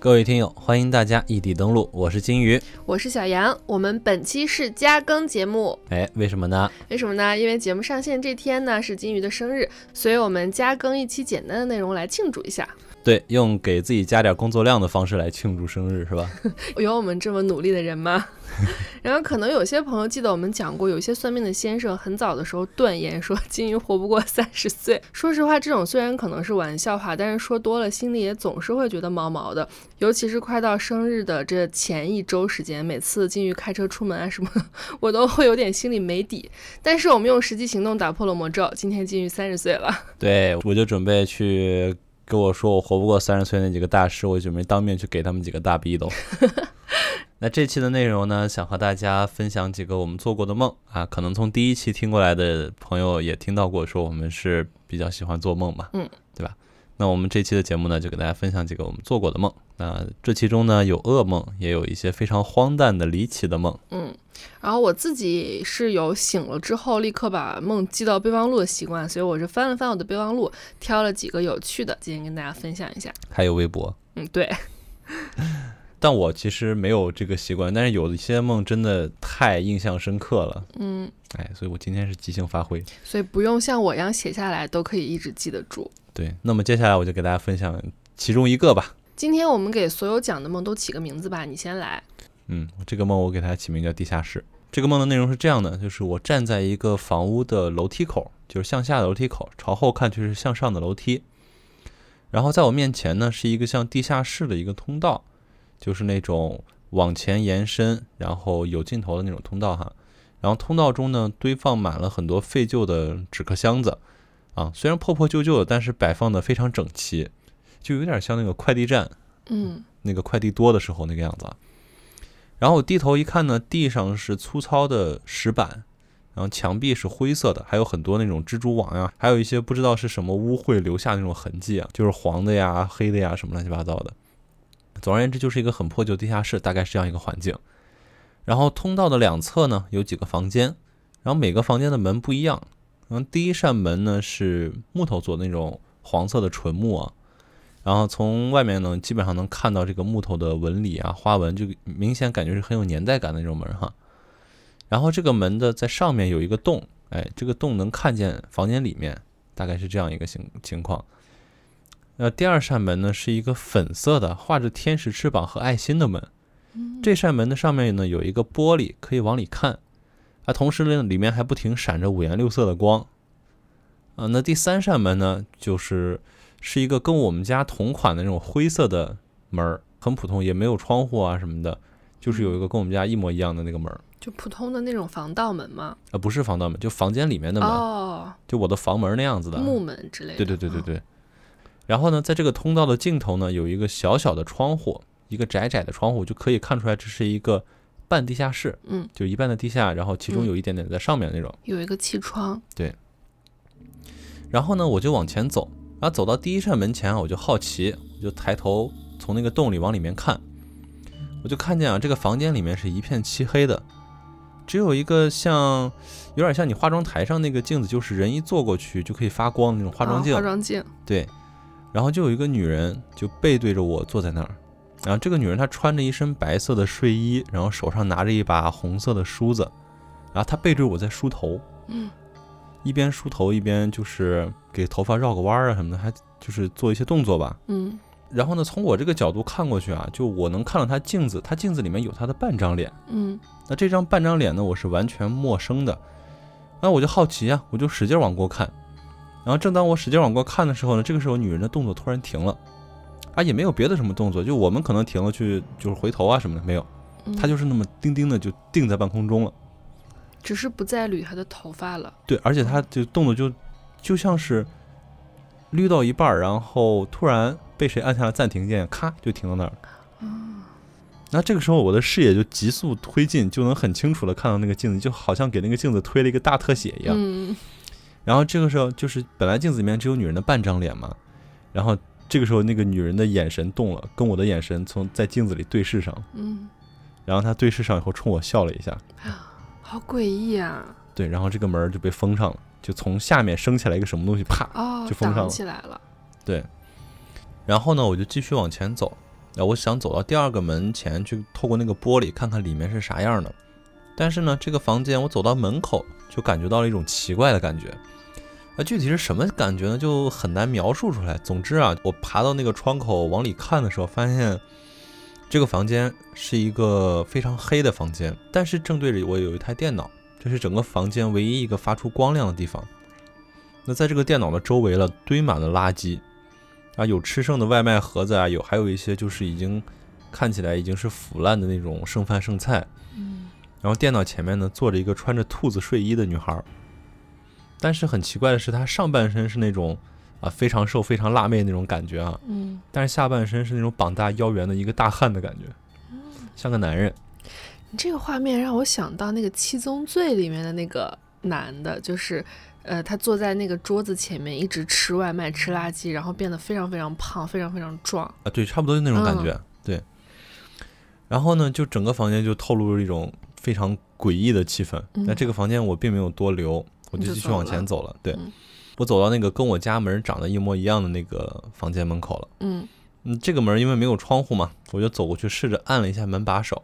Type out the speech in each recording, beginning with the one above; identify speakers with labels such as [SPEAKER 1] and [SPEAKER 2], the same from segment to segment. [SPEAKER 1] 各位听友，欢迎大家异地登录，我是金鱼。
[SPEAKER 2] 我是小杨，我们本期是加更节目，
[SPEAKER 1] 哎，为什么呢？
[SPEAKER 2] 为什么呢？因为节目上线这天呢是金鱼的生日，所以我们加更一期简单的内容来庆祝一下。
[SPEAKER 1] 对，用给自己加点工作量的方式来庆祝生日是吧？
[SPEAKER 2] 有我们这么努力的人吗？ 然后可能有些朋友记得我们讲过，有些算命的先生很早的时候断言说金鱼活不过三十岁。说实话，这种虽然可能是玩笑话，但是说多了心里也总是会觉得毛毛的。尤其是快到生日的这前一周时间，每次金鱼开车出门啊什么的， 我都会有点心里没底。但是我们用实际行动打破了魔咒，今天金鱼三十岁了。
[SPEAKER 1] 对，我就准备去跟我说我活不过三十岁那几个大师，我准备当面去给他们几个大逼斗。那这期的内容呢，想和大家分享几个我们做过的梦啊，可能从第一期听过来的朋友也听到过，说我们是比较喜欢做梦嘛，
[SPEAKER 2] 嗯，
[SPEAKER 1] 对吧？那我们这期的节目呢，就给大家分享几个我们做过的梦。那这其中呢，有噩梦，也有一些非常荒诞的、离奇的梦。
[SPEAKER 2] 嗯，然后我自己是有醒了之后立刻把梦记到备忘录的习惯，所以我是翻了翻我的备忘录，挑了几个有趣的，今天跟大家分享一下。
[SPEAKER 1] 还有微博，
[SPEAKER 2] 嗯，对，
[SPEAKER 1] 但我其实没有这个习惯，但是有一些梦真的太印象深刻了，
[SPEAKER 2] 嗯，
[SPEAKER 1] 哎，所以我今天是即兴发挥。
[SPEAKER 2] 所以不用像我一样写下来，都可以一直记得住。
[SPEAKER 1] 对，那么接下来我就给大家分享其中一个吧。
[SPEAKER 2] 今天我们给所有讲的梦都起个名字吧，你先来。
[SPEAKER 1] 嗯，这个梦我给它起名叫地下室。这个梦的内容是这样的，就是我站在一个房屋的楼梯口，就是向下的楼梯口，朝后看去是向上的楼梯。然后在我面前呢是一个像地下室的一个通道，就是那种往前延伸，然后有尽头的那种通道哈。然后通道中呢堆放满了很多废旧的纸壳箱子，啊，虽然破破旧旧的，但是摆放的非常整齐，就有点像那个快递站
[SPEAKER 2] 嗯
[SPEAKER 1] 那个快递多的时候那个样子啊。然后我低头一看呢，地上是粗糙的石板，然后墙壁是灰色的，还有很多那种蜘蛛网呀、还有一些不知道是什么污秽留下那种痕迹啊，就是黄的呀、黑的呀什么乱七八糟的。总而言之，就是一个很破旧地下室，大概是这样一个环境。然后通道的两侧呢有几个房间，然后每个房间的门不一样。然后第一扇门呢是木头做的那种黄色的纯木啊，然后从外面呢，基本上能看到这个木头的纹理啊、花纹，就明显感觉是很有年代感的那种门哈。然后这个门的在上面有一个洞，哎，这个洞能看见房间里面，大概是这样一个情情况。那第二扇门呢，是一个粉色的，画着天使翅膀和爱心的门。这扇门的上面呢有一个玻璃，可以往里看。啊，同时呢，里面还不停闪着五颜六色的光。啊，那第三扇门呢，就是是一个跟我们家同款的那种灰色的门儿，很普通，也没有窗户啊什么的，就是有一个跟我们家一模一样的那个门儿，
[SPEAKER 2] 就普通的那种防盗门嘛，
[SPEAKER 1] 呃，不是防盗门，就房间里面的门，
[SPEAKER 2] 哦，
[SPEAKER 1] 就我的房门那样子的。
[SPEAKER 2] 木门之类的。
[SPEAKER 1] 对对对对
[SPEAKER 2] 嗯，
[SPEAKER 1] 对。然后呢，在这个通道的尽头呢，有一个小小的窗户，一个窄窄的窗户，就可以看出来这是一个半地下室，
[SPEAKER 2] 嗯，
[SPEAKER 1] 就一半的地下，然后其中
[SPEAKER 2] 嗯
[SPEAKER 1] 有一点点在上面那种。
[SPEAKER 2] 有一个气窗。
[SPEAKER 1] 然后呢，我就往前走，然后走到第一扇门前啊，我就好奇，我就抬头从那个洞里往里面看，我就看见啊，这个房间里面是一片漆黑的，只有一个像，有点像你化妆台上那个镜子，就是人一坐过去就可以发光的那种化妆镜，
[SPEAKER 2] 啊化妆镜。
[SPEAKER 1] 对，然后就有一个女人就背对着我坐在那儿，然后这个女人她穿着一身白色的睡衣，然后手上拿着一把红色的梳子，然后她背对我在梳头，
[SPEAKER 2] 嗯，
[SPEAKER 1] 一边梳头一边就是给头发绕个弯儿啊什么的，还就是做一些动作吧。
[SPEAKER 2] 嗯
[SPEAKER 1] 然后呢，从我这个角度看过去啊，就我能看到她镜子，她镜子里面有她的半张脸。
[SPEAKER 2] 嗯
[SPEAKER 1] 那这张半张脸呢，我是完全陌生的。那我就好奇啊，我就使劲往过看。然后正当我使劲往过看的时候呢，这个时候女人的动作突然停了，啊，也没有别的什么动作，就我们可能停了去就是回头啊什么的没有，
[SPEAKER 2] 嗯，
[SPEAKER 1] 她就是那么钉钉的就定在半空中了。
[SPEAKER 2] 只是不再捋她的头发了。
[SPEAKER 1] 对，而且她就动作就就像是捋到一半儿，然后突然被谁按下了暂停键，咔就停到那儿了。
[SPEAKER 2] 嗯
[SPEAKER 1] 那这个时候我的视野就急速推进，就能很清楚的看到那个镜子，就好像给那个镜子推了一个大特写一样。
[SPEAKER 2] 嗯，
[SPEAKER 1] 然后这个时候就是本来镜子里面只有女人的半张脸嘛，然后这个时候那个女人的眼神动了，跟我的眼神从在镜子里对视上，
[SPEAKER 2] 嗯，
[SPEAKER 1] 然后她对视上以后冲我笑了一下，
[SPEAKER 2] 好诡异啊！
[SPEAKER 1] 对，然后这个门儿就被封上了，就从下面升起来一个什么东西，啪。
[SPEAKER 2] 哦，
[SPEAKER 1] 就封上
[SPEAKER 2] 挡
[SPEAKER 1] 了
[SPEAKER 2] 起来了。
[SPEAKER 1] 然后呢，我就继续往前走，啊，我想走到第二个门前去，透过那个玻璃看看里面是啥样的。但是呢，这个房间我走到门口就感觉到了一种奇怪的感觉，啊，具体是什么感觉呢？就很难描述出来。总之啊，我爬到那个窗口往里看的时候，发现这个房间是一个非常黑的房间，但是正对着我有一台电脑，这是整个房间唯一一个发出光亮的地方。那在这个电脑的周围了，堆满了垃圾，啊，有吃剩的外卖盒子啊，有还有一些就是已经看起来已经是腐烂的那种剩饭剩菜。
[SPEAKER 2] 嗯
[SPEAKER 1] 然后电脑前面呢坐着一个穿着兔子睡衣的女孩儿，但是很奇怪的是，她上半身是那种啊非常瘦、非常辣妹那种感觉啊，
[SPEAKER 2] 嗯，
[SPEAKER 1] 但是下半身是那种膀大腰圆的一个大汉的感觉，像个男人。
[SPEAKER 2] 你这个画面让我想到那个《七宗罪》里面的那个男的，就是。呃，他坐在那个桌子前面，一直吃外卖、吃垃圾，然后变得非常非常胖，非常非常壮。
[SPEAKER 1] 啊，对，差不多就那种感
[SPEAKER 2] 嗯
[SPEAKER 1] 觉，对。然后呢，就整个房间就透露着一种非常诡异的气氛。那、
[SPEAKER 2] 嗯
[SPEAKER 1] 这个房间我并没有多留，我
[SPEAKER 2] 你
[SPEAKER 1] 就
[SPEAKER 2] 就
[SPEAKER 1] 继续
[SPEAKER 2] 走
[SPEAKER 1] 往
[SPEAKER 2] 了
[SPEAKER 1] 前走了。对，
[SPEAKER 2] 嗯
[SPEAKER 1] 我走到那个跟我家门长得一模一样的那个房间门口了。
[SPEAKER 2] 嗯
[SPEAKER 1] 嗯，这个门因为没有窗户嘛，我就走过去试着按了一下门把手，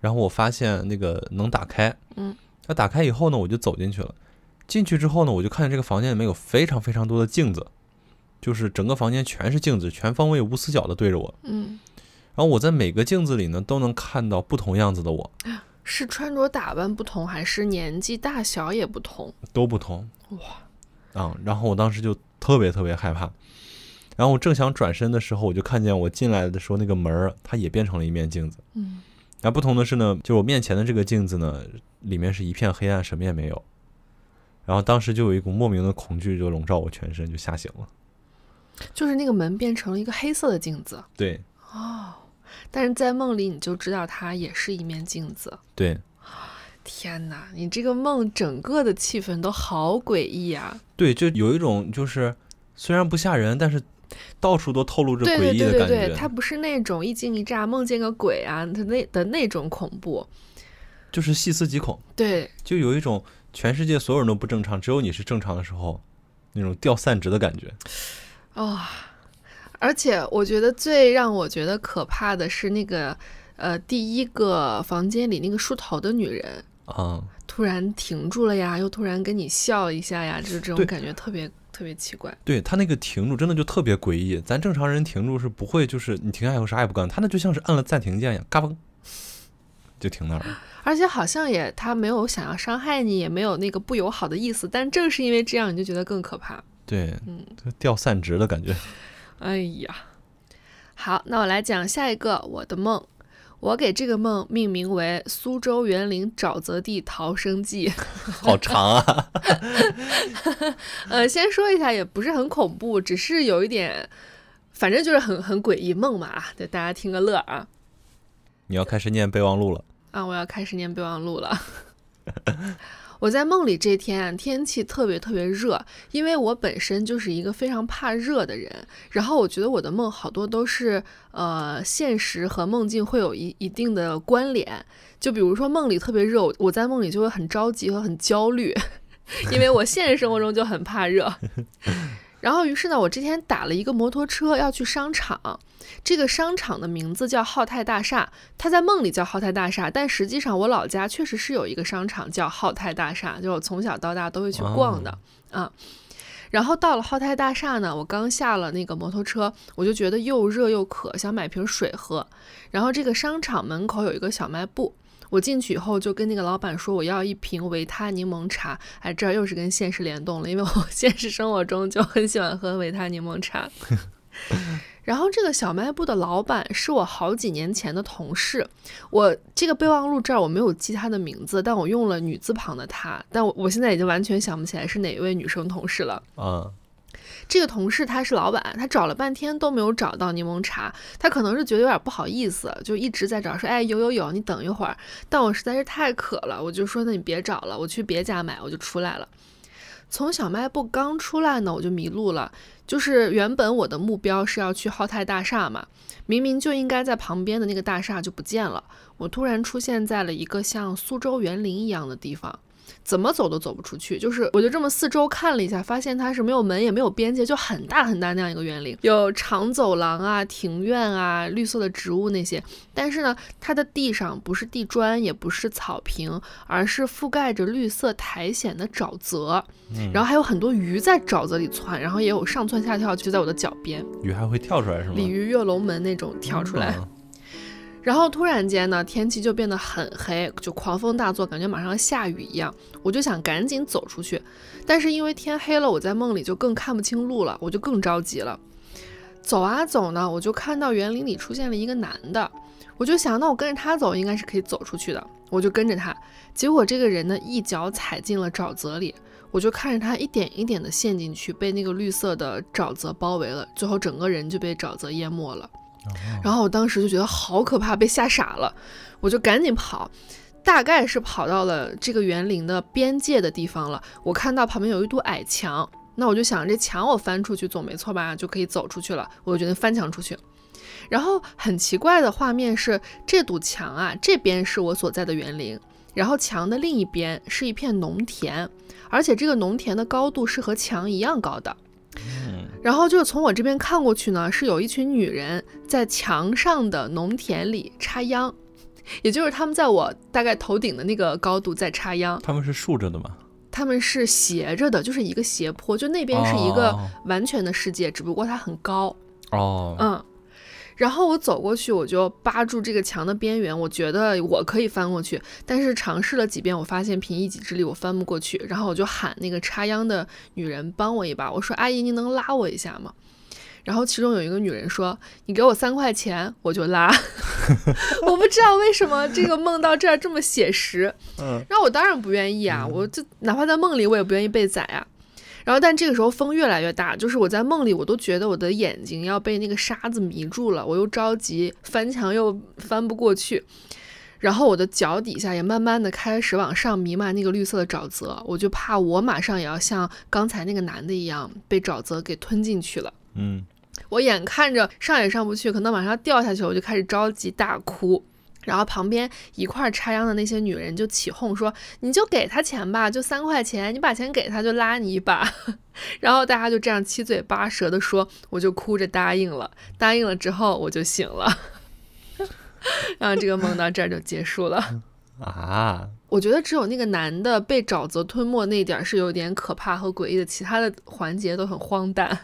[SPEAKER 1] 然后我发现那个能打开。
[SPEAKER 2] 嗯，
[SPEAKER 1] 它打开以后呢，我就走进去了。进去之后呢，我就看见这个房间里面有非常非常多的镜子，就是整个房间全是镜子，全方位无死角的对着我。
[SPEAKER 2] 嗯，
[SPEAKER 1] 然后我在每个镜子里呢，都能看到不同样子的我，
[SPEAKER 2] 是穿着打扮不同，还是年纪大小也不同？
[SPEAKER 1] 都不同
[SPEAKER 2] 哇！
[SPEAKER 1] 啊、然后我当时就特别特别害怕，然后我正想转身的时候，我就看见我进来的时候那个门儿，它也变成了一面镜子。
[SPEAKER 2] 嗯
[SPEAKER 1] 那不同的是呢，就是我面前的这个镜子呢，里面是一片黑暗，什么也没有。然后当时就有一股莫名的恐惧就笼罩我全身，就吓醒了。，
[SPEAKER 2] 就是那个门变成了一个黑色的镜子
[SPEAKER 1] 对
[SPEAKER 2] 哦，但是在梦里你就知道它也是一面镜子。
[SPEAKER 1] 对
[SPEAKER 2] 天哪，你这个梦整个的气氛都好诡异啊！
[SPEAKER 1] 对，就有一种就是虽然不吓人，但是到处都透露着
[SPEAKER 2] 对
[SPEAKER 1] 诡
[SPEAKER 2] 对
[SPEAKER 1] 异
[SPEAKER 2] 对
[SPEAKER 1] 的
[SPEAKER 2] 对
[SPEAKER 1] 感觉。
[SPEAKER 2] 对，它不是那种一惊一乍梦见个鬼啊的那的那种恐怖，
[SPEAKER 1] 就是细思极恐。
[SPEAKER 2] 对，
[SPEAKER 1] 就有一种全世界所有人都不正常，只有你是正常的时候，那种掉散值的感觉。
[SPEAKER 2] 哦，而且我觉得最让我觉得可怕的是那个呃第一个房间里那个梳头的女人。
[SPEAKER 1] 啊、
[SPEAKER 2] 突然停住了呀，又突然跟你笑一下呀，就是这种
[SPEAKER 1] 对
[SPEAKER 2] 感觉特别特别奇怪。
[SPEAKER 1] 对他那个停住真的就特别诡异。咱正常人停住是不会，就是你停下以后啥也不干，他那就像是按了暂停键一样，嘎嘣就停那儿了。
[SPEAKER 2] 而且好像也他没有想要伤害你，也没有那个不友好的意思，但正是因为这样，你就觉得更可怕。
[SPEAKER 1] 对
[SPEAKER 2] 嗯，
[SPEAKER 1] 就掉散值的感觉。
[SPEAKER 2] 哎呀，好，那我来讲下一个我的梦。我给这个梦命名为《苏州园林沼泽地逃生记》。
[SPEAKER 1] 好长啊！
[SPEAKER 2] 呃，先说一下，也不是很恐怖，只是有一点，反正就是很很诡异梦嘛啊，就大家听个乐啊。
[SPEAKER 1] 你要开始念备忘录了。
[SPEAKER 2] 啊，我要开始念备忘录了。 我在梦里这天啊天气特别特别热，因为我本身就是一个非常怕热的人。然后我觉得我的梦好多都是呃，现实和梦境会有一一定的关联。就比如说梦里特别热，我我在梦里就会很着急和很焦虑，因为我现实生活中就很怕热。 然后于是呢，我这天打了一个摩托车要去商场，这个商场的名字叫浩泰大厦，它在梦里叫浩泰大厦，但实际上我老家确实是有一个商场叫浩泰大厦，就是我从小到大都会去逛的、啊。然后到了浩泰大厦呢，我刚下了那个摩托车，我就觉得又热又渴，想买瓶水喝。然后这个商场门口有一个小卖部，我进去以后就跟那个老板说我要一瓶维他柠檬茶。哎，这儿又是跟现实联动了，因为我 现实生活中就很喜欢喝维他柠檬茶。然后这个小卖部的老板是我好几年前的同事，我这个备忘录这儿我没有记她的名字，但我用了女字旁的她，但我我现在已经完全想不起来是哪一位女生同事了。
[SPEAKER 1] 啊、
[SPEAKER 2] 这个同事他是老板，他找了半天都没有找到柠檬茶，他可能是觉得有点不好意思，就一直在找，说哎有有有，你等一会儿。但我实在是太渴了，我就说那你别找了，我去别家买，我就出来了。从小卖部刚出来呢，我就迷路了。就是原本我的目标是要去浩泰大厦嘛，明明就应该在旁边的那个大厦就不见了，我突然出现在了一个像苏州园林一样的地方。怎么走都走不出去。就是我就这么四周看了一下，发现它是没有门也没有边界，就很大很大那样一个园林，有长走廊啊、庭院啊、绿色的植物那些。但是呢，它的地上不是地砖，也不是草坪，而是覆盖着绿色苔藓的沼泽，
[SPEAKER 1] 嗯
[SPEAKER 2] 然后还有很多鱼在沼泽里窜，然后也有上蹿下跳，就在我的脚边，
[SPEAKER 1] 鱼还会跳出来是吗？
[SPEAKER 2] 鲤鱼跃龙门那种跳出来。
[SPEAKER 1] 嗯
[SPEAKER 2] 然后突然间呢，天气就变得很黑，就狂风大作，感觉马上要下雨一样。我就想赶紧走出去，但是因为天黑了，我在梦里就更看不清路了，我就更着急了。走啊走呢，我就看到园林里出现了一个男的，我就想，那我跟着他走应该是可以走出去的，我就跟着他。结果这个人呢，一脚踩进了沼泽里，我就看着他一点一点的陷进去，被那个绿色的沼泽包围了，最后整个人就被沼泽淹没了。
[SPEAKER 1] 嗯哦
[SPEAKER 2] 然后我当时就觉得好可怕，被吓傻了，我就赶紧跑，大概是跑到了这个园林的边界的地方了。我看到旁边有一堵矮墙，那我就想这墙我翻出去总没错吧，就可以走出去了。我就决定翻墙出去。然后很奇怪的画面是，这堵墙啊，这边是我所在的园林，然后墙的另一边是一片农田，而且这个农田的高度是和墙一样高的。然后就是从我这边看过去呢，是有一群女人在墙上的农田里插秧，也就是她们在我大概头顶的那个高度在插秧，
[SPEAKER 1] 他们是竖着的吗？
[SPEAKER 2] 她们是斜着的，就是一个斜坡，就那边是一个
[SPEAKER 1] 哦
[SPEAKER 2] 完全的世界，只不过它很高，
[SPEAKER 1] 哦，
[SPEAKER 2] 嗯。然后我走过去，我就扒住这个墙的边缘，我觉得我可以翻过去，但是尝试了几遍，我发现凭一己之力我翻不过去。然后我就喊那个插秧的女人帮我一把，我说：“阿姨，您能拉我一下吗？”然后其中有一个女人说：“你给我三块钱，我就拉。” 我不知道为什么这个梦到这儿这么写实。
[SPEAKER 1] 嗯，
[SPEAKER 2] 然后我当然不愿意啊，我就哪怕在梦里我也不愿意被宰啊。然后但这个时候风越来越大，就是我在梦里我都觉得我的眼睛要被那个沙子迷住了，我又着急翻墙又翻不过去。然后我的脚底下也慢慢的开始往上弥漫那个绿色的沼泽，我就怕我马上也要像刚才那个男的一样被沼泽给吞进去了。
[SPEAKER 1] 嗯，
[SPEAKER 2] 我眼看着上也上不去，可能马上要掉下去，我就开始着急大哭。然后旁边一块儿插秧的那些女人就起哄说：“你就给他钱吧，就三块钱，你把钱给他就拉你一把。” 然后大家就这样七嘴八舌的说，我就哭着答应了。答应了之后我就醒了， 然后这个梦到这儿就结束了。
[SPEAKER 1] 嗯啊，
[SPEAKER 2] 我觉得只有那个男的被沼泽吞没那点儿是有点可怕和诡异的，其他的环节都很荒诞。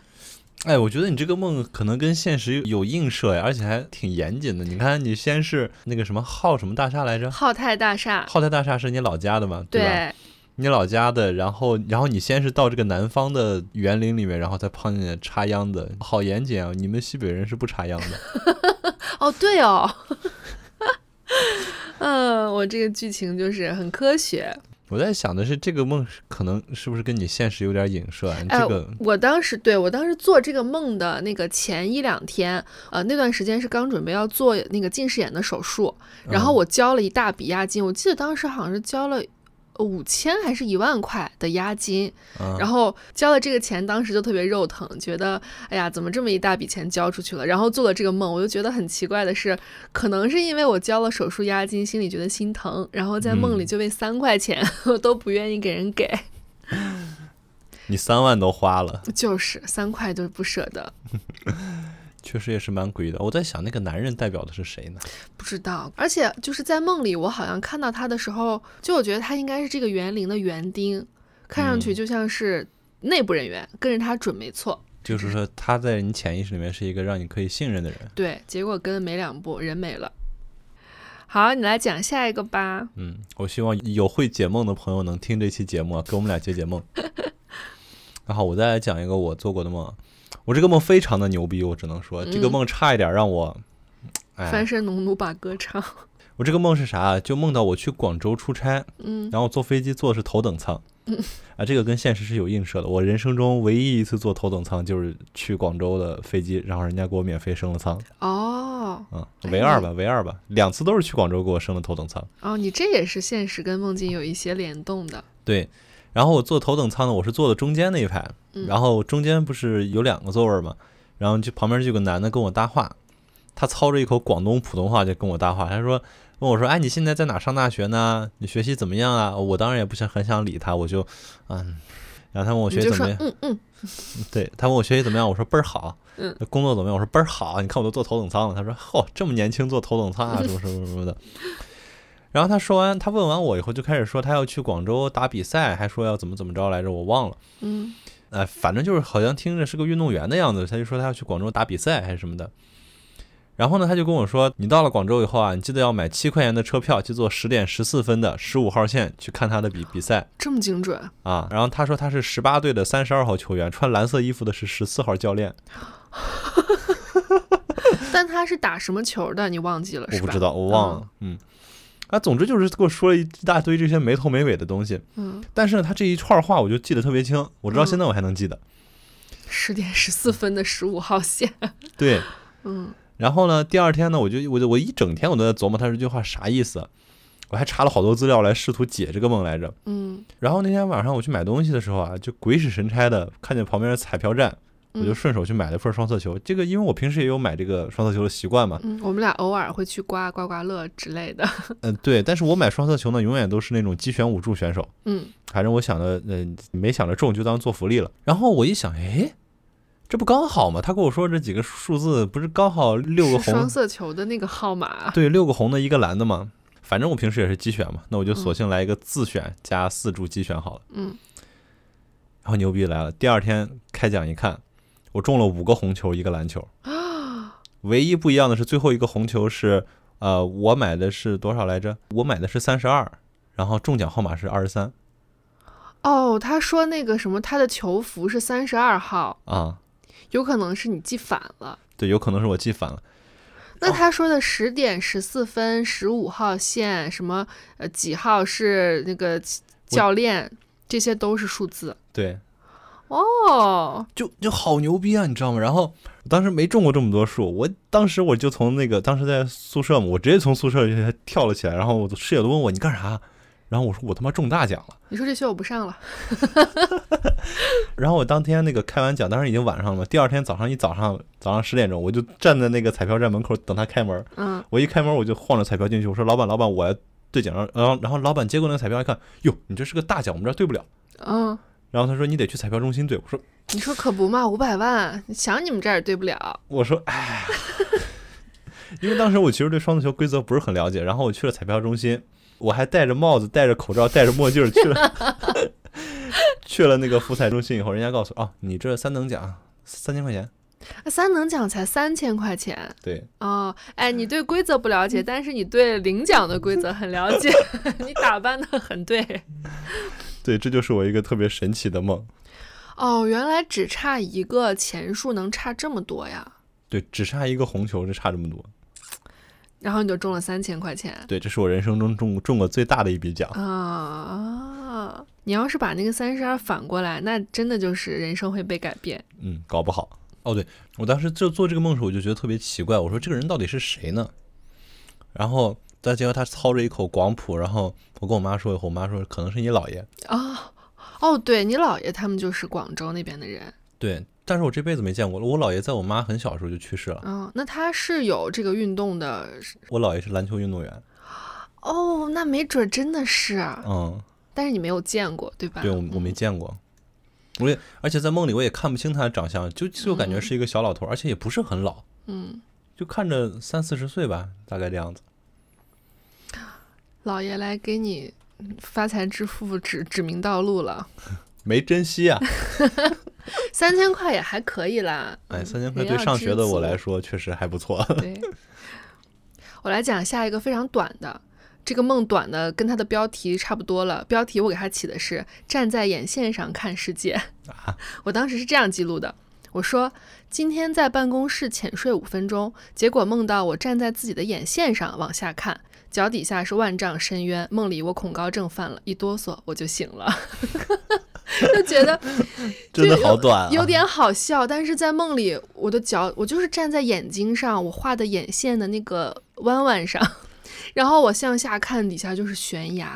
[SPEAKER 1] 哎，我觉得你这个梦可能跟现实有映射呀，而且还挺严谨的。你看，你先是那个什么浩什么大厦来着？
[SPEAKER 2] 浩泰大厦，
[SPEAKER 1] 浩泰大厦是你老家的嘛？嗯对吧？
[SPEAKER 2] 对
[SPEAKER 1] 你老家的，然后然后你先是到这个南方的园林里面，然后再碰见插秧的，好严谨啊！你们西北人是不插秧的。
[SPEAKER 2] 哦，对哦， 嗯，我这个剧情就是很科学。
[SPEAKER 1] 我在想的是，这个梦是可能是不是跟你现实有点影射、啊？你这个、
[SPEAKER 2] 哎我当时对我当时做这个梦的那个前一两天，呃，那段时间是刚准备要做那个近视眼的手术，然
[SPEAKER 1] 嗯
[SPEAKER 2] 后我交了一大笔押金，我记得当时好像是交了。五千还是一万块的押金，
[SPEAKER 1] 嗯
[SPEAKER 2] 然后交了这个钱，当时就特别肉疼，觉得哎呀，怎么这么一大笔钱交出去了？然后做了这个梦，我就觉得很奇怪的是，可能是因为我交了手术押金，心里觉得心疼，然后在梦里
[SPEAKER 1] 嗯
[SPEAKER 2] 就为三块钱，我都不愿意给人给，
[SPEAKER 1] 你三万都花了，
[SPEAKER 2] 就是三块就是不舍得。
[SPEAKER 1] 确实也是蛮诡异的。我在想，那个男人代表的是谁呢？
[SPEAKER 2] 不知道，而且就是在梦里，我好像看到他的时候，就我觉得他应该是这个园林的园丁，看上
[SPEAKER 1] 嗯
[SPEAKER 2] 去就像是内部人员，跟着他准没错。
[SPEAKER 1] 就是说，他在你潜意识里面是一个让你可以信任的人。
[SPEAKER 2] 对，结果跟没两步，人没了。好，你来讲下一个吧。
[SPEAKER 1] 嗯，我希望有会解梦的朋友能听这期节目、啊， 给我们俩解解梦。然后我再来讲一个我做过的梦啊，我这个梦非常的牛逼，我只能说这个
[SPEAKER 2] 嗯
[SPEAKER 1] 梦差一点让我，哎
[SPEAKER 2] 翻，身农奴把歌唱，
[SPEAKER 1] 我这个梦是啥啊？就梦到我去广州出差，
[SPEAKER 2] 嗯，
[SPEAKER 1] 然后坐飞机坐的是头等舱，啊，这个跟现实是有映射的。我人生中唯一一次坐头等舱就是去广州的飞机，然后人家给我免费升了舱，
[SPEAKER 2] 哦
[SPEAKER 1] 啊、
[SPEAKER 2] 哎
[SPEAKER 1] 唯二吧，唯二吧，两次都是去广州给我升了头等舱。
[SPEAKER 2] 哦，你这也是现实跟梦境有一些联动的，
[SPEAKER 1] 对，然后我坐头等舱呢，我是坐的中间那一排，
[SPEAKER 2] 嗯
[SPEAKER 1] 然后中间不是有两个座位嘛，然后就旁边就有个男的跟我搭话，他操着一口广东普通话就跟我搭话，他说：“问我说：“哎，你现在在哪上大学呢？你学习怎么样啊？”我当然也不是很想理他，我就嗯，然后他问我
[SPEAKER 2] 你
[SPEAKER 1] 学习
[SPEAKER 2] 就
[SPEAKER 1] 怎
[SPEAKER 2] 说
[SPEAKER 1] 么样，
[SPEAKER 2] 嗯嗯，
[SPEAKER 1] 对他问我学习怎么样，我说倍儿好。
[SPEAKER 2] 嗯，
[SPEAKER 1] 工作怎么样？我说倍儿好，你看我都坐头等舱了。他说：“嚯、这么年轻坐头等舱啊，什么什么什么的。”然后他说完，他问完我以后，就开始说他要去广州打比赛，还说要怎么怎么着来着，我忘了。
[SPEAKER 2] 嗯，
[SPEAKER 1] 哎，反正就是好像听着是个运动员的样子，他就说他要去广州打比赛还是什么的。然后呢，他就跟我说，你到了广州以后啊，你记得要买七块钱的车票，去坐十点十四分的十五号线去看他的比比赛
[SPEAKER 2] 这么精准，
[SPEAKER 1] 啊。然后他说他是十八队的三十二号球员，穿蓝色衣服的是十四号教练。
[SPEAKER 2] 但他是打什么球的？你忘记了
[SPEAKER 1] 我
[SPEAKER 2] 是吧？
[SPEAKER 1] 不知道，我忘了。嗯，啊，总之就是给我说了一大堆这些没头没尾的东西。
[SPEAKER 2] 嗯，
[SPEAKER 1] 但是呢，他这一串话我就记得特别清，我直到现在我还能记得。
[SPEAKER 2] 十点十四分的十五号线，
[SPEAKER 1] 对，
[SPEAKER 2] 嗯
[SPEAKER 1] 然后呢，第二天呢，我就我就我一整天我都在琢磨他这句话啥意思，我还查了好多资料来试图解这个梦来着。
[SPEAKER 2] 嗯，
[SPEAKER 1] 然后那天晚上我去买东西的时候啊，就鬼使神差的看见旁边的彩票站，我就
[SPEAKER 2] 嗯
[SPEAKER 1] 顺手去买了份双色球。这个因为我平时也有买这个双色球的习惯嘛，
[SPEAKER 2] 嗯，我们俩偶尔会去刮刮刮乐之类的，
[SPEAKER 1] 嗯、对，但是我买双色球呢，永远都是那种机选五注选手。
[SPEAKER 2] 嗯
[SPEAKER 1] 反正我想的，嗯、没想着中就当做福利了。然后我一想，诶，这不刚好吗？他跟我说这几个数字不是刚好六个
[SPEAKER 2] 是双
[SPEAKER 1] 红，
[SPEAKER 2] 色球的那个号码，
[SPEAKER 1] 对，六个红的一个蓝的嘛。反正我平时也是机选嘛，那我就索性来一个自选加四注机选好了。
[SPEAKER 2] 嗯，
[SPEAKER 1] 然后牛逼来了，第二天开奖一看，我中了五个红球，一个蓝 球。唯一不一样的是最后一个红球是，呃，我买的是多少来着？我买的是三十二，然后中奖号码是二十三
[SPEAKER 2] 哦，他说那个什么，他的球服是三十二号，
[SPEAKER 1] 啊。
[SPEAKER 2] 有可能是你记反了。
[SPEAKER 1] 对，有可能是我记反了。
[SPEAKER 2] 那他说的十点十四分十五号线什么呃几号是那个教练，这些都是数字
[SPEAKER 1] 对，
[SPEAKER 2] 哦。
[SPEAKER 1] 就就好牛逼啊，你知道吗？然后我当时没中过这么多数，我当时我就从那个当时在宿舍嘛，我直接从宿舍就跳了起来，然后我的室友都问我你干啥，然后我说我他妈中大奖了。
[SPEAKER 2] 你说这学我不上了，
[SPEAKER 1] 然后我当天那个开完奖，当时已经晚上了嘛，第二天早上一早上早上十点钟，我就站在那个彩票站门口等他开门。
[SPEAKER 2] 嗯，
[SPEAKER 1] 我一开门我就晃着彩票进去，我说老板老板我要兑奖，然后然后老板接过那个彩票一看，哟你这是个大奖，我们这儿兑不了。
[SPEAKER 2] 嗯，
[SPEAKER 1] 然后他说你得去彩票中心兑，我说
[SPEAKER 2] 你说可不嘛，五百万，想你们这儿也对不了，
[SPEAKER 1] 我说，哎，因为当时我其实对双色球规则不是很了解，然后我去了彩票中心，我还戴着帽子、戴着口罩、戴着墨镜儿去了， 去了那个福彩中心以后，人家告诉我，哦，你这三等奖三千块钱，
[SPEAKER 2] 三等奖才三千块钱
[SPEAKER 1] 对，
[SPEAKER 2] 哦。哎，你对规则不了解，但是你对领奖的规则很了解， 你打扮的很对。
[SPEAKER 1] 对，这就是我一个特别神奇的梦，
[SPEAKER 2] 哦，原来只差一个钱数能差这么多呀！
[SPEAKER 1] 对，只差一个红球就差这么多，
[SPEAKER 2] 然后你就中了三千块钱
[SPEAKER 1] 对，这是我人生中中中过最大的一笔奖，
[SPEAKER 2] 啊！你要是把那个三十二反过来，那真的就是人生会被改变。
[SPEAKER 1] 嗯，搞不好。哦，对我当时就做这个梦的时候，我就觉得特别奇怪，我说这个人到底是谁呢？然后再结果他操着一口广普，然后我跟我妈说以后，我妈说可能是你姥爷。
[SPEAKER 2] 哦哦，对你姥爷他们就是广州那边的人。
[SPEAKER 1] 对，但是我这辈子没见过，我姥爷在我妈很小的时候就去世了。
[SPEAKER 2] 嗯、那他是有这个运动的
[SPEAKER 1] 我姥爷是篮球运动员，
[SPEAKER 2] 哦，那没准真的是，啊
[SPEAKER 1] 嗯，
[SPEAKER 2] 但是你没有见过，对吧？
[SPEAKER 1] 对我我没见过，我也而且在梦里我也看不清他的长相，就就感觉是一个小老头，而且也不是很老，
[SPEAKER 2] 嗯，
[SPEAKER 1] 就看着三四十岁吧，大概这样子。
[SPEAKER 2] 姥爷来给你嗯发财致富指指明道路了，
[SPEAKER 1] 没珍惜 啊！
[SPEAKER 2] 三千块也还可以啦。
[SPEAKER 1] 哎，
[SPEAKER 2] 嗯
[SPEAKER 1] 三千块
[SPEAKER 2] 人
[SPEAKER 1] 对
[SPEAKER 2] 要
[SPEAKER 1] 上
[SPEAKER 2] 知
[SPEAKER 1] 学的我
[SPEAKER 2] 足
[SPEAKER 1] 来说确实还不错。
[SPEAKER 2] 对，我来讲下一个非常短的，这个梦短的跟它的标题差不多了。标题我给它起的是“站在眼线上看世界”， 我当时是这样记录的。我说今天在办公室浅睡五分钟，结果梦到我站在自己的眼线上往下看，脚底下是万丈深渊。梦里我恐高症犯了，一哆嗦我就醒了， 就觉得
[SPEAKER 1] 真的
[SPEAKER 2] 就
[SPEAKER 1] 好短、啊，
[SPEAKER 2] 有点好笑，但是在梦里，我的脚我就是站在眼睛上，我画的眼线的那个弯弯上， 然后我向下看，底下就是悬崖。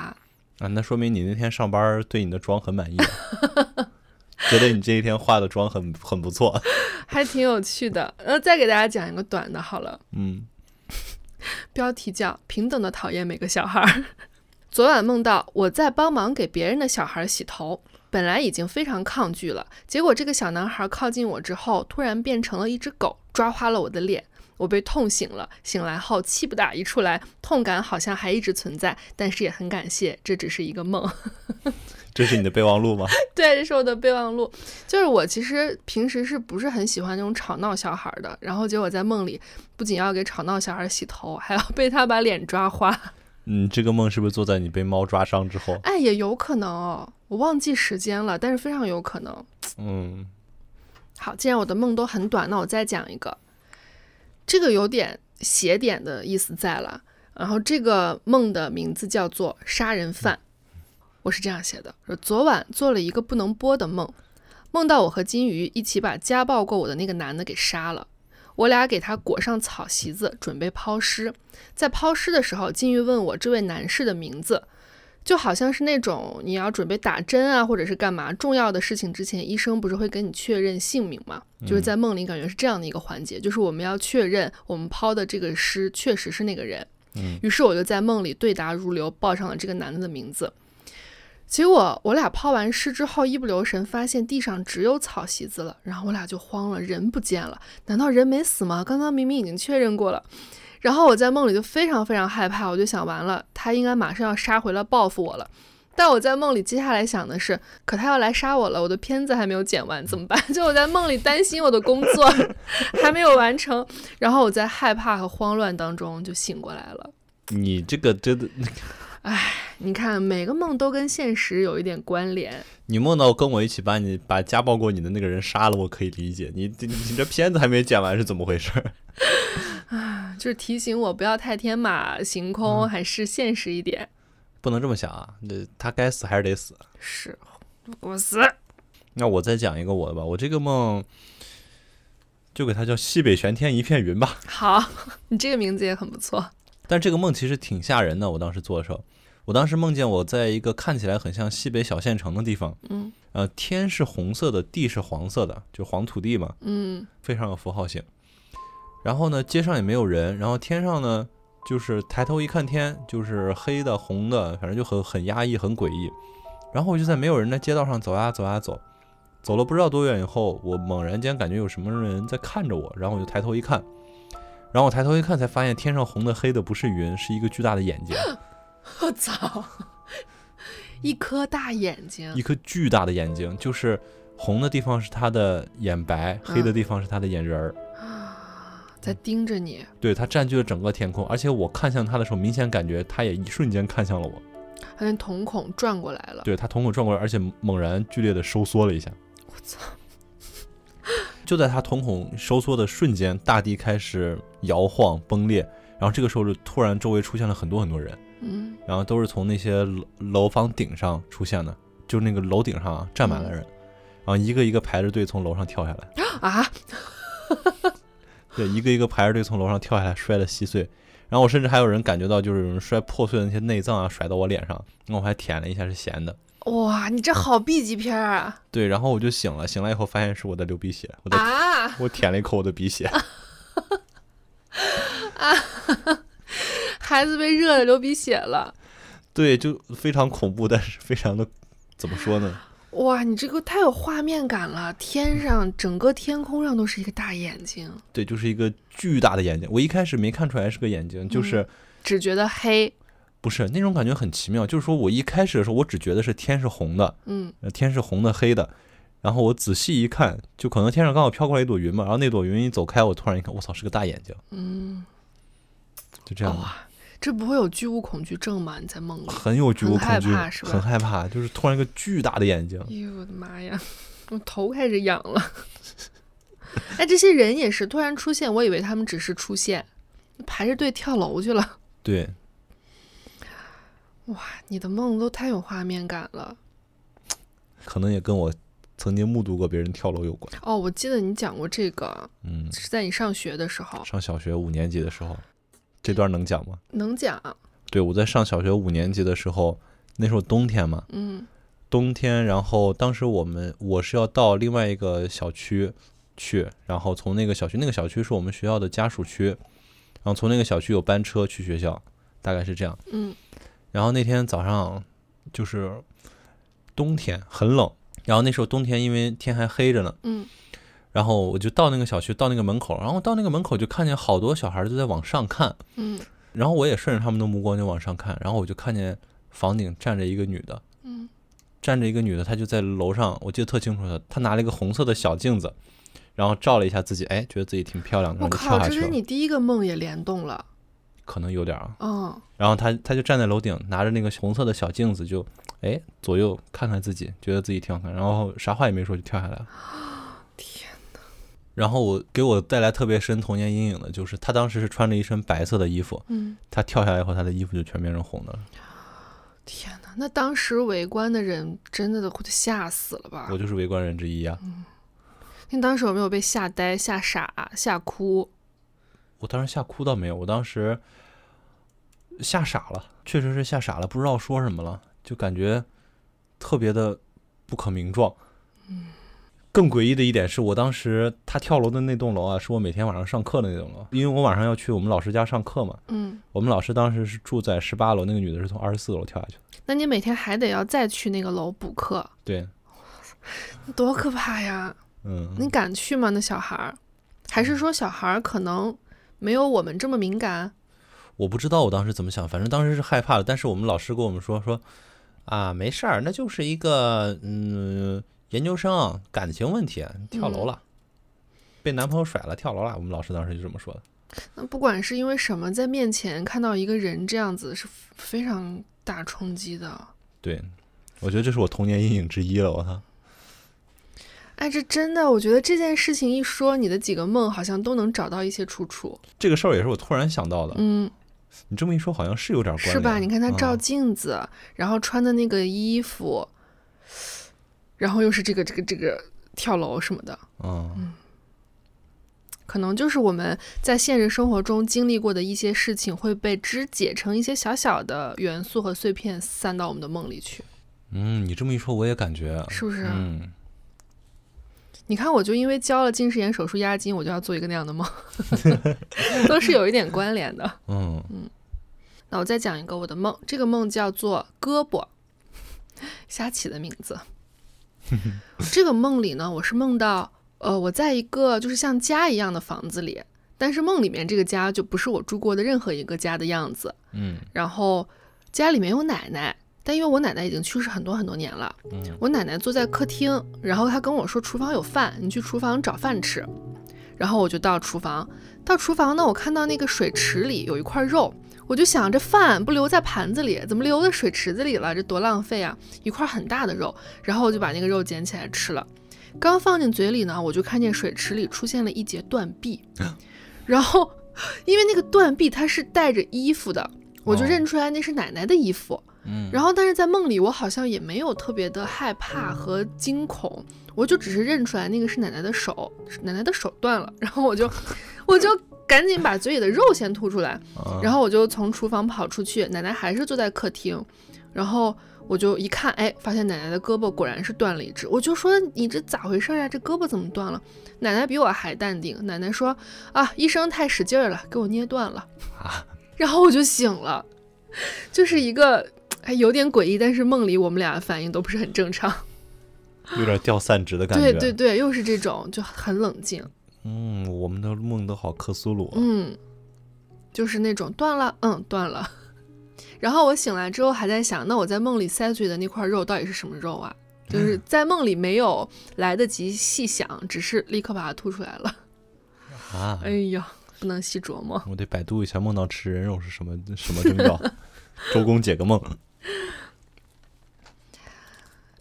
[SPEAKER 1] 啊，那说明你那天上班儿对你的妆很满意，啊 觉得你这一天化的妆很很不错。
[SPEAKER 2] 还挺有趣的。呃，再给大家讲一个短的，好了。
[SPEAKER 1] 嗯，
[SPEAKER 2] 标题叫《平等的讨厌每个小孩儿》。 昨晚梦到我在帮忙给别人的小孩洗头，本来已经非常抗拒了，结果这个小男孩靠近我之后，突然变成了一只狗，抓花了我的脸。我被痛醒了，醒来后气不打一处来，痛感好像还一直存在，但是也很感谢，这只是一个梦。
[SPEAKER 1] 这是你的备忘录吗？
[SPEAKER 2] 对，这是我的备忘录。就是我其实平时是不是很喜欢那种吵闹小孩儿的？然后结果在梦里，不仅要给吵闹小孩儿洗头，还要被他把脸抓花。
[SPEAKER 1] 嗯，这个梦是不是做在你被猫抓伤之后？
[SPEAKER 2] 哎，也有可能哦，我忘记时间了，但是非常有可能。
[SPEAKER 1] 嗯，
[SPEAKER 2] 好，既然我的梦都很短，那我再讲一个，这个有点邪点的意思在了。然后这个梦的名字叫做“杀人犯”，我是这样写的：说昨晚做了一个不能播的梦，梦到我和金鱼一起把家暴过我的那个男的给杀了。我俩给他裹上草席子，准备抛尸。在抛尸的时候，金鱼问我这位男士的名字，就好像是那种你要准备打针啊，或者是干嘛重要的事情之前，医生不是会跟你确认姓名吗？就是在梦里感觉是这样的一个环节，就是我们要确认我们抛的这个尸确实是那个人。
[SPEAKER 1] 嗯
[SPEAKER 2] 于是我就在梦里对答如流，报上了这个男的的名字。结果我俩抛完尸之后，一不留神发现地上只有草席子了，然后我俩就慌了，人不见了。难道人没死吗？刚刚明明已经确认过了。然后我在梦里就非常非常害怕，我就想完了，他应该马上要杀回来报复我了。但我在梦里接下来想的是，可他要来杀我了，我的片子还没有剪完，怎么办？ 就我在梦里担心我的工作还没有完成，然后我在害怕和慌乱当中就醒过来了。
[SPEAKER 1] 你这个真的，
[SPEAKER 2] 你看，每个梦都跟现实有一点关联。
[SPEAKER 1] 你梦到跟我一起把你把家暴过你的那个人杀了，我可以理解。你你你这片子还没剪完是怎么回事？
[SPEAKER 2] 就是提醒我不要太天马行空，还是现实一点。
[SPEAKER 1] 不能这么想啊，这他该死还是得死。
[SPEAKER 2] 是，我死。
[SPEAKER 1] 那我再讲一个我的吧，我这个梦就给它叫西北玄天一片云吧。
[SPEAKER 2] 好， 你这个名字也很不错。
[SPEAKER 1] 但这个梦其实挺吓人的，我当时做的时候，我当时梦见我在一个看起来很像西北小县城的地方，
[SPEAKER 2] 嗯，
[SPEAKER 1] 呃，天是红色的，地是黄色的，就黄土地嘛，
[SPEAKER 2] 嗯
[SPEAKER 1] 非常有符号性。然后呢，街上也没有人，然后天上呢，就是抬头一看天，就是黑的、红的，反正就很很压抑、很诡异。然后我就在没有人的街道上走呀啊走呀走，走了不知道多远以后，我猛然间感觉有什么人在看着我，然后我就抬头一看，然后我抬头一看才发现天上红的、黑的不是云，是一个巨大的眼睛，
[SPEAKER 2] 我操，一颗大眼睛
[SPEAKER 1] 一，颗巨大的眼睛，就是红的地方是他的眼白，黑的地方是他的眼仁儿。
[SPEAKER 2] 在盯着你。
[SPEAKER 1] 对，它占据了整个天空，而且我看向它的时候，明显感觉它也一瞬间看向了我。
[SPEAKER 2] 他那瞳孔转过来了。
[SPEAKER 1] 对，它瞳孔转过来，而且猛然剧烈的收缩了一下。
[SPEAKER 2] 我操！
[SPEAKER 1] 就在它瞳孔收缩的瞬间，大地开始摇晃崩裂，然后这个时候就突然周围出现了很多很多人，
[SPEAKER 2] 嗯
[SPEAKER 1] 然后都是从那些楼楼房顶上出现的，就是那个楼顶上啊站满了
[SPEAKER 2] 嗯
[SPEAKER 1] 人，然后一个一个排着队从楼上跳下来。
[SPEAKER 2] 啊，
[SPEAKER 1] 对，一个一个排着队从楼上跳下来，摔得稀碎。然后我甚至还有人感觉到，就是有人摔破碎的那些内脏啊，甩到我脸上，那我还舔了一下，是咸的。
[SPEAKER 2] 哇，你这好 B 级片儿啊！
[SPEAKER 1] 对，然后我就醒了，醒来以后发现是我在流鼻血，我在、
[SPEAKER 2] 啊，
[SPEAKER 1] 我舔了一口我的鼻血。
[SPEAKER 2] 孩子被热的流鼻血了。
[SPEAKER 1] 对，就非常恐怖，但是非常的怎么说呢？
[SPEAKER 2] 哇，你这个太有画面感了！天
[SPEAKER 1] 嗯
[SPEAKER 2] 上整个天空上都是一个大眼睛，
[SPEAKER 1] 对，就是一个巨大的眼睛。我一开始没看出来是个眼睛，就是、
[SPEAKER 2] 只觉得黑。
[SPEAKER 1] 不是那种感觉很奇妙。就是说我一开始的时候，我只觉得是天是红的，
[SPEAKER 2] 嗯
[SPEAKER 1] 呃，天是红的、黑的。然后我仔细一看，就可能天上刚好飘过来一朵云嘛，然后那朵云一走开，我突然一看，我操，是个大眼睛，
[SPEAKER 2] 嗯，
[SPEAKER 1] 就这样，
[SPEAKER 2] 哇，这不会有巨物恐惧症吗？你在梦里？
[SPEAKER 1] 很有巨物恐惧，
[SPEAKER 2] 很害怕是吧
[SPEAKER 1] 很害怕，就是突然一个巨大的眼睛，
[SPEAKER 2] 哎呦我的妈呀，我头开始痒了。哎，这些人也是突然出现，我以为他们只是出现，排着队跳楼去了。
[SPEAKER 1] 对，
[SPEAKER 2] 哇，你的梦都太有画面感了。
[SPEAKER 1] 可能也跟我曾经目睹过别人跳楼有关。
[SPEAKER 2] 哦，我记得你讲过这个，
[SPEAKER 1] 嗯，
[SPEAKER 2] 是在你上学的时候，
[SPEAKER 1] 上小学五年级的时候，这段能讲吗？
[SPEAKER 2] 能讲。
[SPEAKER 1] 对，我在上小学五年级的时候，那时候冬天嘛，
[SPEAKER 2] 嗯
[SPEAKER 1] 冬天，然后当时我们我是要到另外一个小区去，然后从那个小区，那个小区是我们学校的家属区，然后从那个小区有班车去学校，大概是这样。
[SPEAKER 2] 嗯
[SPEAKER 1] 然后那天早上就是冬天，很冷。然后那时候冬天，因为天还黑着呢，
[SPEAKER 2] 嗯
[SPEAKER 1] 然后我就到那个小区，到那个门口，然后到那个门口就看见好多小孩就在往上看，
[SPEAKER 2] 嗯
[SPEAKER 1] 然后我也顺着他们的目光就往上看，然后我就看见房顶站着一个女的，
[SPEAKER 2] 嗯
[SPEAKER 1] 站着一个女的，她就在楼上，我记得特清楚的，她拿了一个红色的小镜子，然后照了一下自己，哎，觉得自己挺漂亮的，
[SPEAKER 2] 我
[SPEAKER 1] 然后就跳
[SPEAKER 2] 靠，
[SPEAKER 1] 下
[SPEAKER 2] 这
[SPEAKER 1] 去
[SPEAKER 2] 跟
[SPEAKER 1] 了，
[SPEAKER 2] 你第一个梦也联动了。
[SPEAKER 1] 可能有点儿啊。
[SPEAKER 2] 嗯，
[SPEAKER 1] 然后她她就站在楼顶，拿着那个红色的小镜子就，哎左右看看自己，觉得自己挺好看，然后啥话也没说就跳下来了。
[SPEAKER 2] 天，
[SPEAKER 1] 然后我给我带来特别深童年阴影的就是，她当时是穿着一身白色的衣服，
[SPEAKER 2] 嗯，
[SPEAKER 1] 她跳下来以后，她的衣服就全变成红的了。
[SPEAKER 2] 天哪！那当时围观的人真的都快吓死了吧
[SPEAKER 1] 我？就是围观人之一啊！
[SPEAKER 2] 你当时有没有被吓呆、吓傻、吓哭？
[SPEAKER 1] 我当时吓哭倒没有，我当时吓傻了，确实是吓傻了，不知道说什么了，就感觉特别的不可名状。更诡异的一点是我当时他跳楼的那栋楼啊，是我每天晚上上课的那栋楼，因为我晚上要去我们老师家上课嘛。
[SPEAKER 2] 嗯，
[SPEAKER 1] 我们老师当时是住在十八楼，那个女的是从二十四楼跳下去的。
[SPEAKER 2] 那你每天还得要再去那个楼补课，
[SPEAKER 1] 对，
[SPEAKER 2] 多可怕呀！你
[SPEAKER 1] 嗯，
[SPEAKER 2] 敢去吗？那小孩儿，还是说小孩儿可能没有我们这么敏感？
[SPEAKER 1] 我不知道我当时怎么想，反正当时是害怕的。但是我们老师跟我们说说啊，没事儿，那就是一个嗯研究生感情问题，跳
[SPEAKER 2] 嗯
[SPEAKER 1] 楼了，被男朋友甩了，跳楼了。我们老师当时就这么说的。
[SPEAKER 2] 那不管是因为什么，在面前看到一个人这样子是非常大冲击的。
[SPEAKER 1] 对，我觉得这是我童年阴影之一了。我操，
[SPEAKER 2] 哎，这真的，我觉得这件事情一说，你的几个梦好像都能找到一些出处。
[SPEAKER 1] 这个事儿也是我突然想到的。
[SPEAKER 2] 嗯，
[SPEAKER 1] 你这么一说，好像是有点关联，
[SPEAKER 2] 是吧？你看他照
[SPEAKER 1] 嗯
[SPEAKER 2] 镜子，然后穿的那个衣服，然后又是这个这个这个跳楼什么的，
[SPEAKER 1] 嗯，
[SPEAKER 2] 可能就是我们在现实生活中经历过的一些事情会被肢解成一些小小的元素和碎片散到我们的梦里去，
[SPEAKER 1] 嗯，你这么一说，我也感觉，
[SPEAKER 2] 是不啊是？
[SPEAKER 1] 嗯，
[SPEAKER 2] 你看，我就因为交了近视眼手术押金，我就要做一个那样的梦，都是有一点关联的。
[SPEAKER 1] 嗯，
[SPEAKER 2] 那我再讲一个我的梦，这个梦叫做胳膊，瞎起的名字。这个梦里呢，我是梦到，呃，我在一个就是像家一样的房子里，但是梦里面这个家就不是我住过的任何一个家的样子。
[SPEAKER 1] 嗯，
[SPEAKER 2] 然后家里面有奶奶，但因为我奶奶已经去世很多很多年了，
[SPEAKER 1] 嗯
[SPEAKER 2] 我奶奶坐在客厅，然后她跟我说厨房有饭，你去厨房找饭吃。然后我就到厨房，到厨房呢，我看到那个水池里有一块肉，我就想这饭不留在盘子里，怎么留在水池子里了？这多浪费啊！一块很大的肉，然后我就把那个肉捡起来吃了。刚放进嘴里呢，我就看见水池里出现了一截断臂，
[SPEAKER 1] 啊
[SPEAKER 2] 然后 因为那个断臂它是带着衣服的，我就
[SPEAKER 1] 哦
[SPEAKER 2] 认出来那是奶奶的衣服。
[SPEAKER 1] 嗯，
[SPEAKER 2] 然后，但是在梦里，我好像也没有特别的害怕和惊恐，我就只是认出来那个是奶奶的手，是奶奶的手断了。然后我就，我就赶紧把嘴里的肉先吐出来，
[SPEAKER 1] 啊
[SPEAKER 2] 然后我就从厨房跑出去，奶奶还是坐在客厅。然后我就一看，哎，发现奶奶的胳膊果然是断了一只。我就说你这咋回事呀、啊这胳膊怎么断了？奶奶比我还淡定，奶奶说啊，医生太使劲儿了，给我捏断了。
[SPEAKER 1] 啊，
[SPEAKER 2] 然后我就醒了，就是一个哎有点诡异，但是梦里我们俩反应都不是很正常。
[SPEAKER 1] 有点掉散值的感觉，
[SPEAKER 2] 对对对，又是这种，就很冷静。
[SPEAKER 1] 嗯，我们的梦都好克苏鲁啊，
[SPEAKER 2] 嗯，就是那种断了，嗯，断了。 然后我醒来之后还在想，那我在梦里塞嘴的那块肉到底是什么肉啊？就是在梦里没有来得及细想，只是立刻把它吐出来了。
[SPEAKER 1] 啊，
[SPEAKER 2] 哎呀，不能细琢磨。
[SPEAKER 1] 我得百度一下梦到吃人肉是什么什么征兆。 周公解个梦，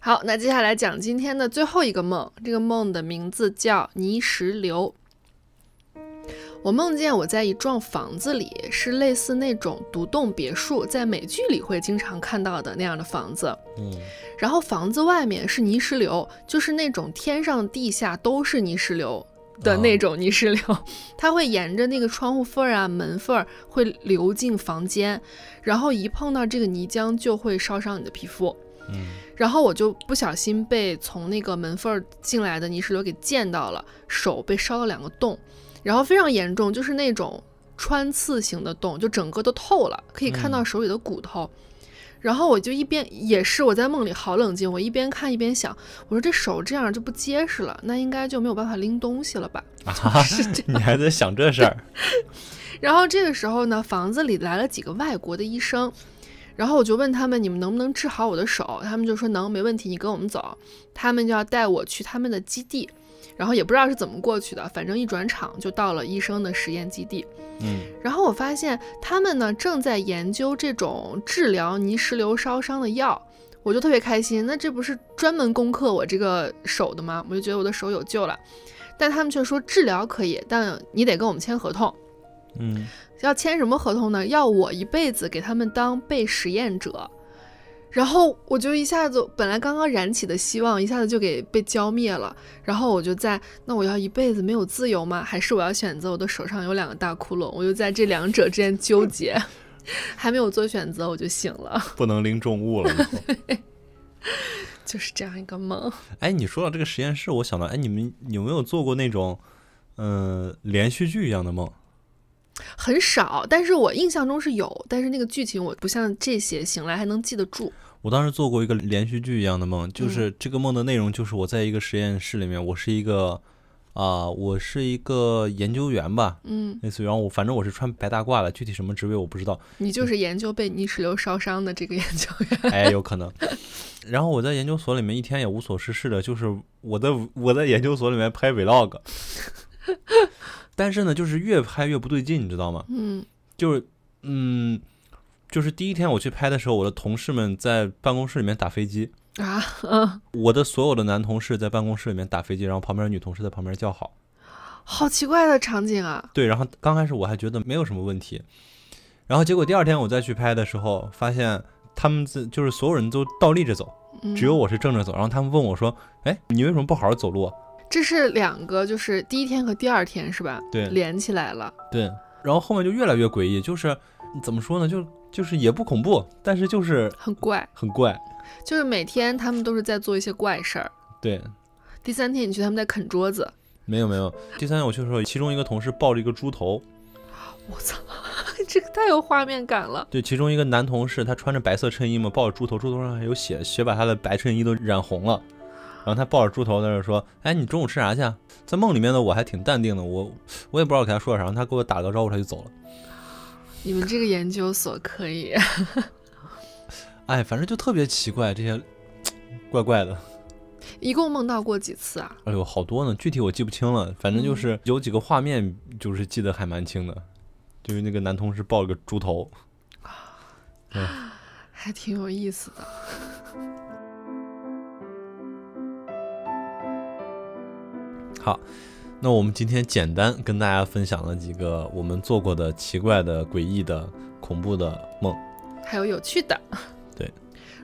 [SPEAKER 2] 好，那接下来讲今天的最后一个梦，这个梦的名字叫泥石流。我梦见我在一幢房子里，是类似那种独栋别墅，在美剧里会经常看到的那样的房子。
[SPEAKER 1] 嗯
[SPEAKER 2] 然后房子外面是泥石流，就是那种天上地下都是泥石流的那种泥石流， 它会沿着那个窗户缝儿啊、门缝儿会流进房间，然后一碰到这个泥浆就会烧伤你的皮肤。
[SPEAKER 1] 嗯，
[SPEAKER 2] 然后我就不小心被从那个门缝儿进来的泥石流给溅到了，手被烧了两个洞，然后非常严重，就是那种穿刺型的洞，就整个都透了，可以看到手里的骨头。然后我就一边也是我在梦里好冷静，我一边看一边想，我说这手这样就不结实了，那应该就没有办法拎东西了吧？
[SPEAKER 1] 啊
[SPEAKER 2] 是这
[SPEAKER 1] 你还在想这事儿？
[SPEAKER 2] 然后这个时候呢，房子里来了几个外国的医生，然后我就问他们你们能不能治好我的手，他们就说能，没问题，你跟我们走。他们就要带我去他们的基地，然后也不知道是怎么过去的，反正一转场就到了医生的实验基地。
[SPEAKER 1] 嗯
[SPEAKER 2] 然后我发现他们呢正在研究这种治疗泥石流烧伤的药，我就特别开心。那这不是专门攻克我这个手的吗？我就觉得我的手有救了。但他们却说治疗可以，但你得跟我们签合同。
[SPEAKER 1] 嗯，
[SPEAKER 2] 要签什么合同呢？要我一辈子给他们当被实验者。然后我就一下子，本来刚刚燃起的希望，一下子就给被浇灭了。然后我就在，那我要一辈子没有自由吗？还是我要选择我的手上有两个大窟窿？我就在这两者之间纠结， 还没有做选择，我就醒了，
[SPEAKER 1] 不能拎重物了以后。
[SPEAKER 2] 就是这样一个梦。
[SPEAKER 1] 哎，你说到这个实验室，我想到，哎，你们有没有做过那种，呃，连续剧一样的梦？
[SPEAKER 2] 很少，但是我印象中是有，但是那个剧情我不像这些醒来还能记得住。
[SPEAKER 1] 我当时做过一个连续剧一样的梦，就是这个梦的内容就是我在一个实验室里面，我是一个啊、我是一个研究员吧，
[SPEAKER 2] 嗯，
[SPEAKER 1] 类似于，然后我反正我是穿白大褂的，具体什么职位我不知道，
[SPEAKER 2] 你就是研究被泥石流烧伤的这个研 究员。
[SPEAKER 1] 哎，有可能。然后我在研究所里面一天也无所事事的，就是我在我在研究所里面拍 vlog，但是呢，就是越拍越不对劲，你知道吗？
[SPEAKER 2] 嗯
[SPEAKER 1] 就是嗯，就是第一天我去拍的时候，我的同事们在办公室里面打飞机，
[SPEAKER 2] 啊，
[SPEAKER 1] 我的所有的男同事在办公室里面打飞机，然后旁边的女同事在旁边叫好。
[SPEAKER 2] 好奇怪的场景啊！
[SPEAKER 1] 对，然后刚开始我还觉得没有什么问题，然后结果第二天我再去拍的时候，发现他们自就是所有人都倒立着走，
[SPEAKER 2] 嗯、
[SPEAKER 1] 只有我是正着走。然后他们问我说：“哎，你为什么不好好走路啊
[SPEAKER 2] 这是两个，就是第一天和第二天是吧？？”
[SPEAKER 1] 对
[SPEAKER 2] 连起来了。
[SPEAKER 1] 对，然后后面就越来越诡异，就是怎么说呢，就就是也不恐怖，但是就是
[SPEAKER 2] 很怪，
[SPEAKER 1] 很怪。
[SPEAKER 2] 就是每天他们都是在做一些怪事儿。
[SPEAKER 1] 对，
[SPEAKER 2] 第三天你觉得他们在啃桌子，
[SPEAKER 1] 没有没有。第三天我去的时候，其中一个同事抱着一个猪头，
[SPEAKER 2] 我操，这个太有画面感了。
[SPEAKER 1] 对，其中一个男同事，他穿着白色衬衣嘛，抱着猪头，猪头上还有血，血把他的白衬衣都染红了。然后他抱着猪头在那儿说：“哎，你中午吃啥去啊？”在梦里面呢，我还挺淡定的，我我也不知道给他说啥，然后他给我打了个招呼，他就走了。
[SPEAKER 2] 你们这个研究所可以，
[SPEAKER 1] 哎，反正就特别奇怪，这些怪怪的。
[SPEAKER 2] 一共梦到过几次啊？
[SPEAKER 1] 哎呦，好多呢，具体我记不清了，反正
[SPEAKER 2] 嗯
[SPEAKER 1] 就是有几个画面，就是记得还蛮清的，就是那个男同事抱了个猪头。
[SPEAKER 2] 还挺有意思的。
[SPEAKER 1] 好，那我们今天简单跟大家分享了几个我们做过的奇怪的、诡异的、恐怖的梦。
[SPEAKER 2] 还有有趣的。
[SPEAKER 1] 对，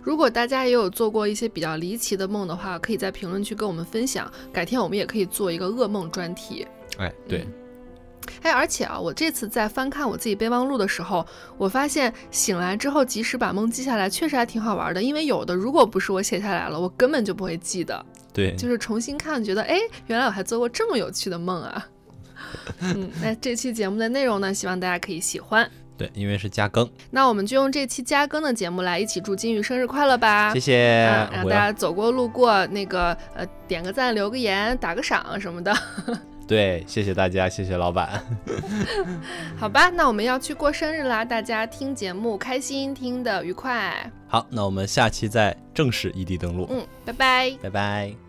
[SPEAKER 2] 如果大家也有做过一些比较离奇的梦的话，可以在评论区跟我们分享，改天我们也可以做一个噩梦专题。
[SPEAKER 1] 哎，对，
[SPEAKER 2] 哎，而且啊，我这次在翻看我自己备忘录的时候，我发现醒来之后及时把梦记下来，确实还挺好玩的。因为有的如果不是我写下来了，我根本就不会记得，
[SPEAKER 1] 对，
[SPEAKER 2] 就是重新看觉得，哎，原来我还做过这么有趣的梦啊。 嗯，那这期节目的内容呢，希望大家可以喜欢。
[SPEAKER 1] 对，因为是加更，
[SPEAKER 2] 那我们就用这期加更的节目来一起祝金鱼生日快乐吧。
[SPEAKER 1] 谢谢
[SPEAKER 2] 嗯，让
[SPEAKER 1] 我
[SPEAKER 2] 大
[SPEAKER 1] 要
[SPEAKER 2] 家走过路过那个呃点个赞、留个言、打个赏什么的，
[SPEAKER 1] 对，谢谢大家，谢谢老板，
[SPEAKER 2] 好吧？那我们要去过生日啦，大家听节目开心，听得愉快，
[SPEAKER 1] 好，那我们下期再正式异地登录，
[SPEAKER 2] 嗯，拜拜。
[SPEAKER 1] 拜拜。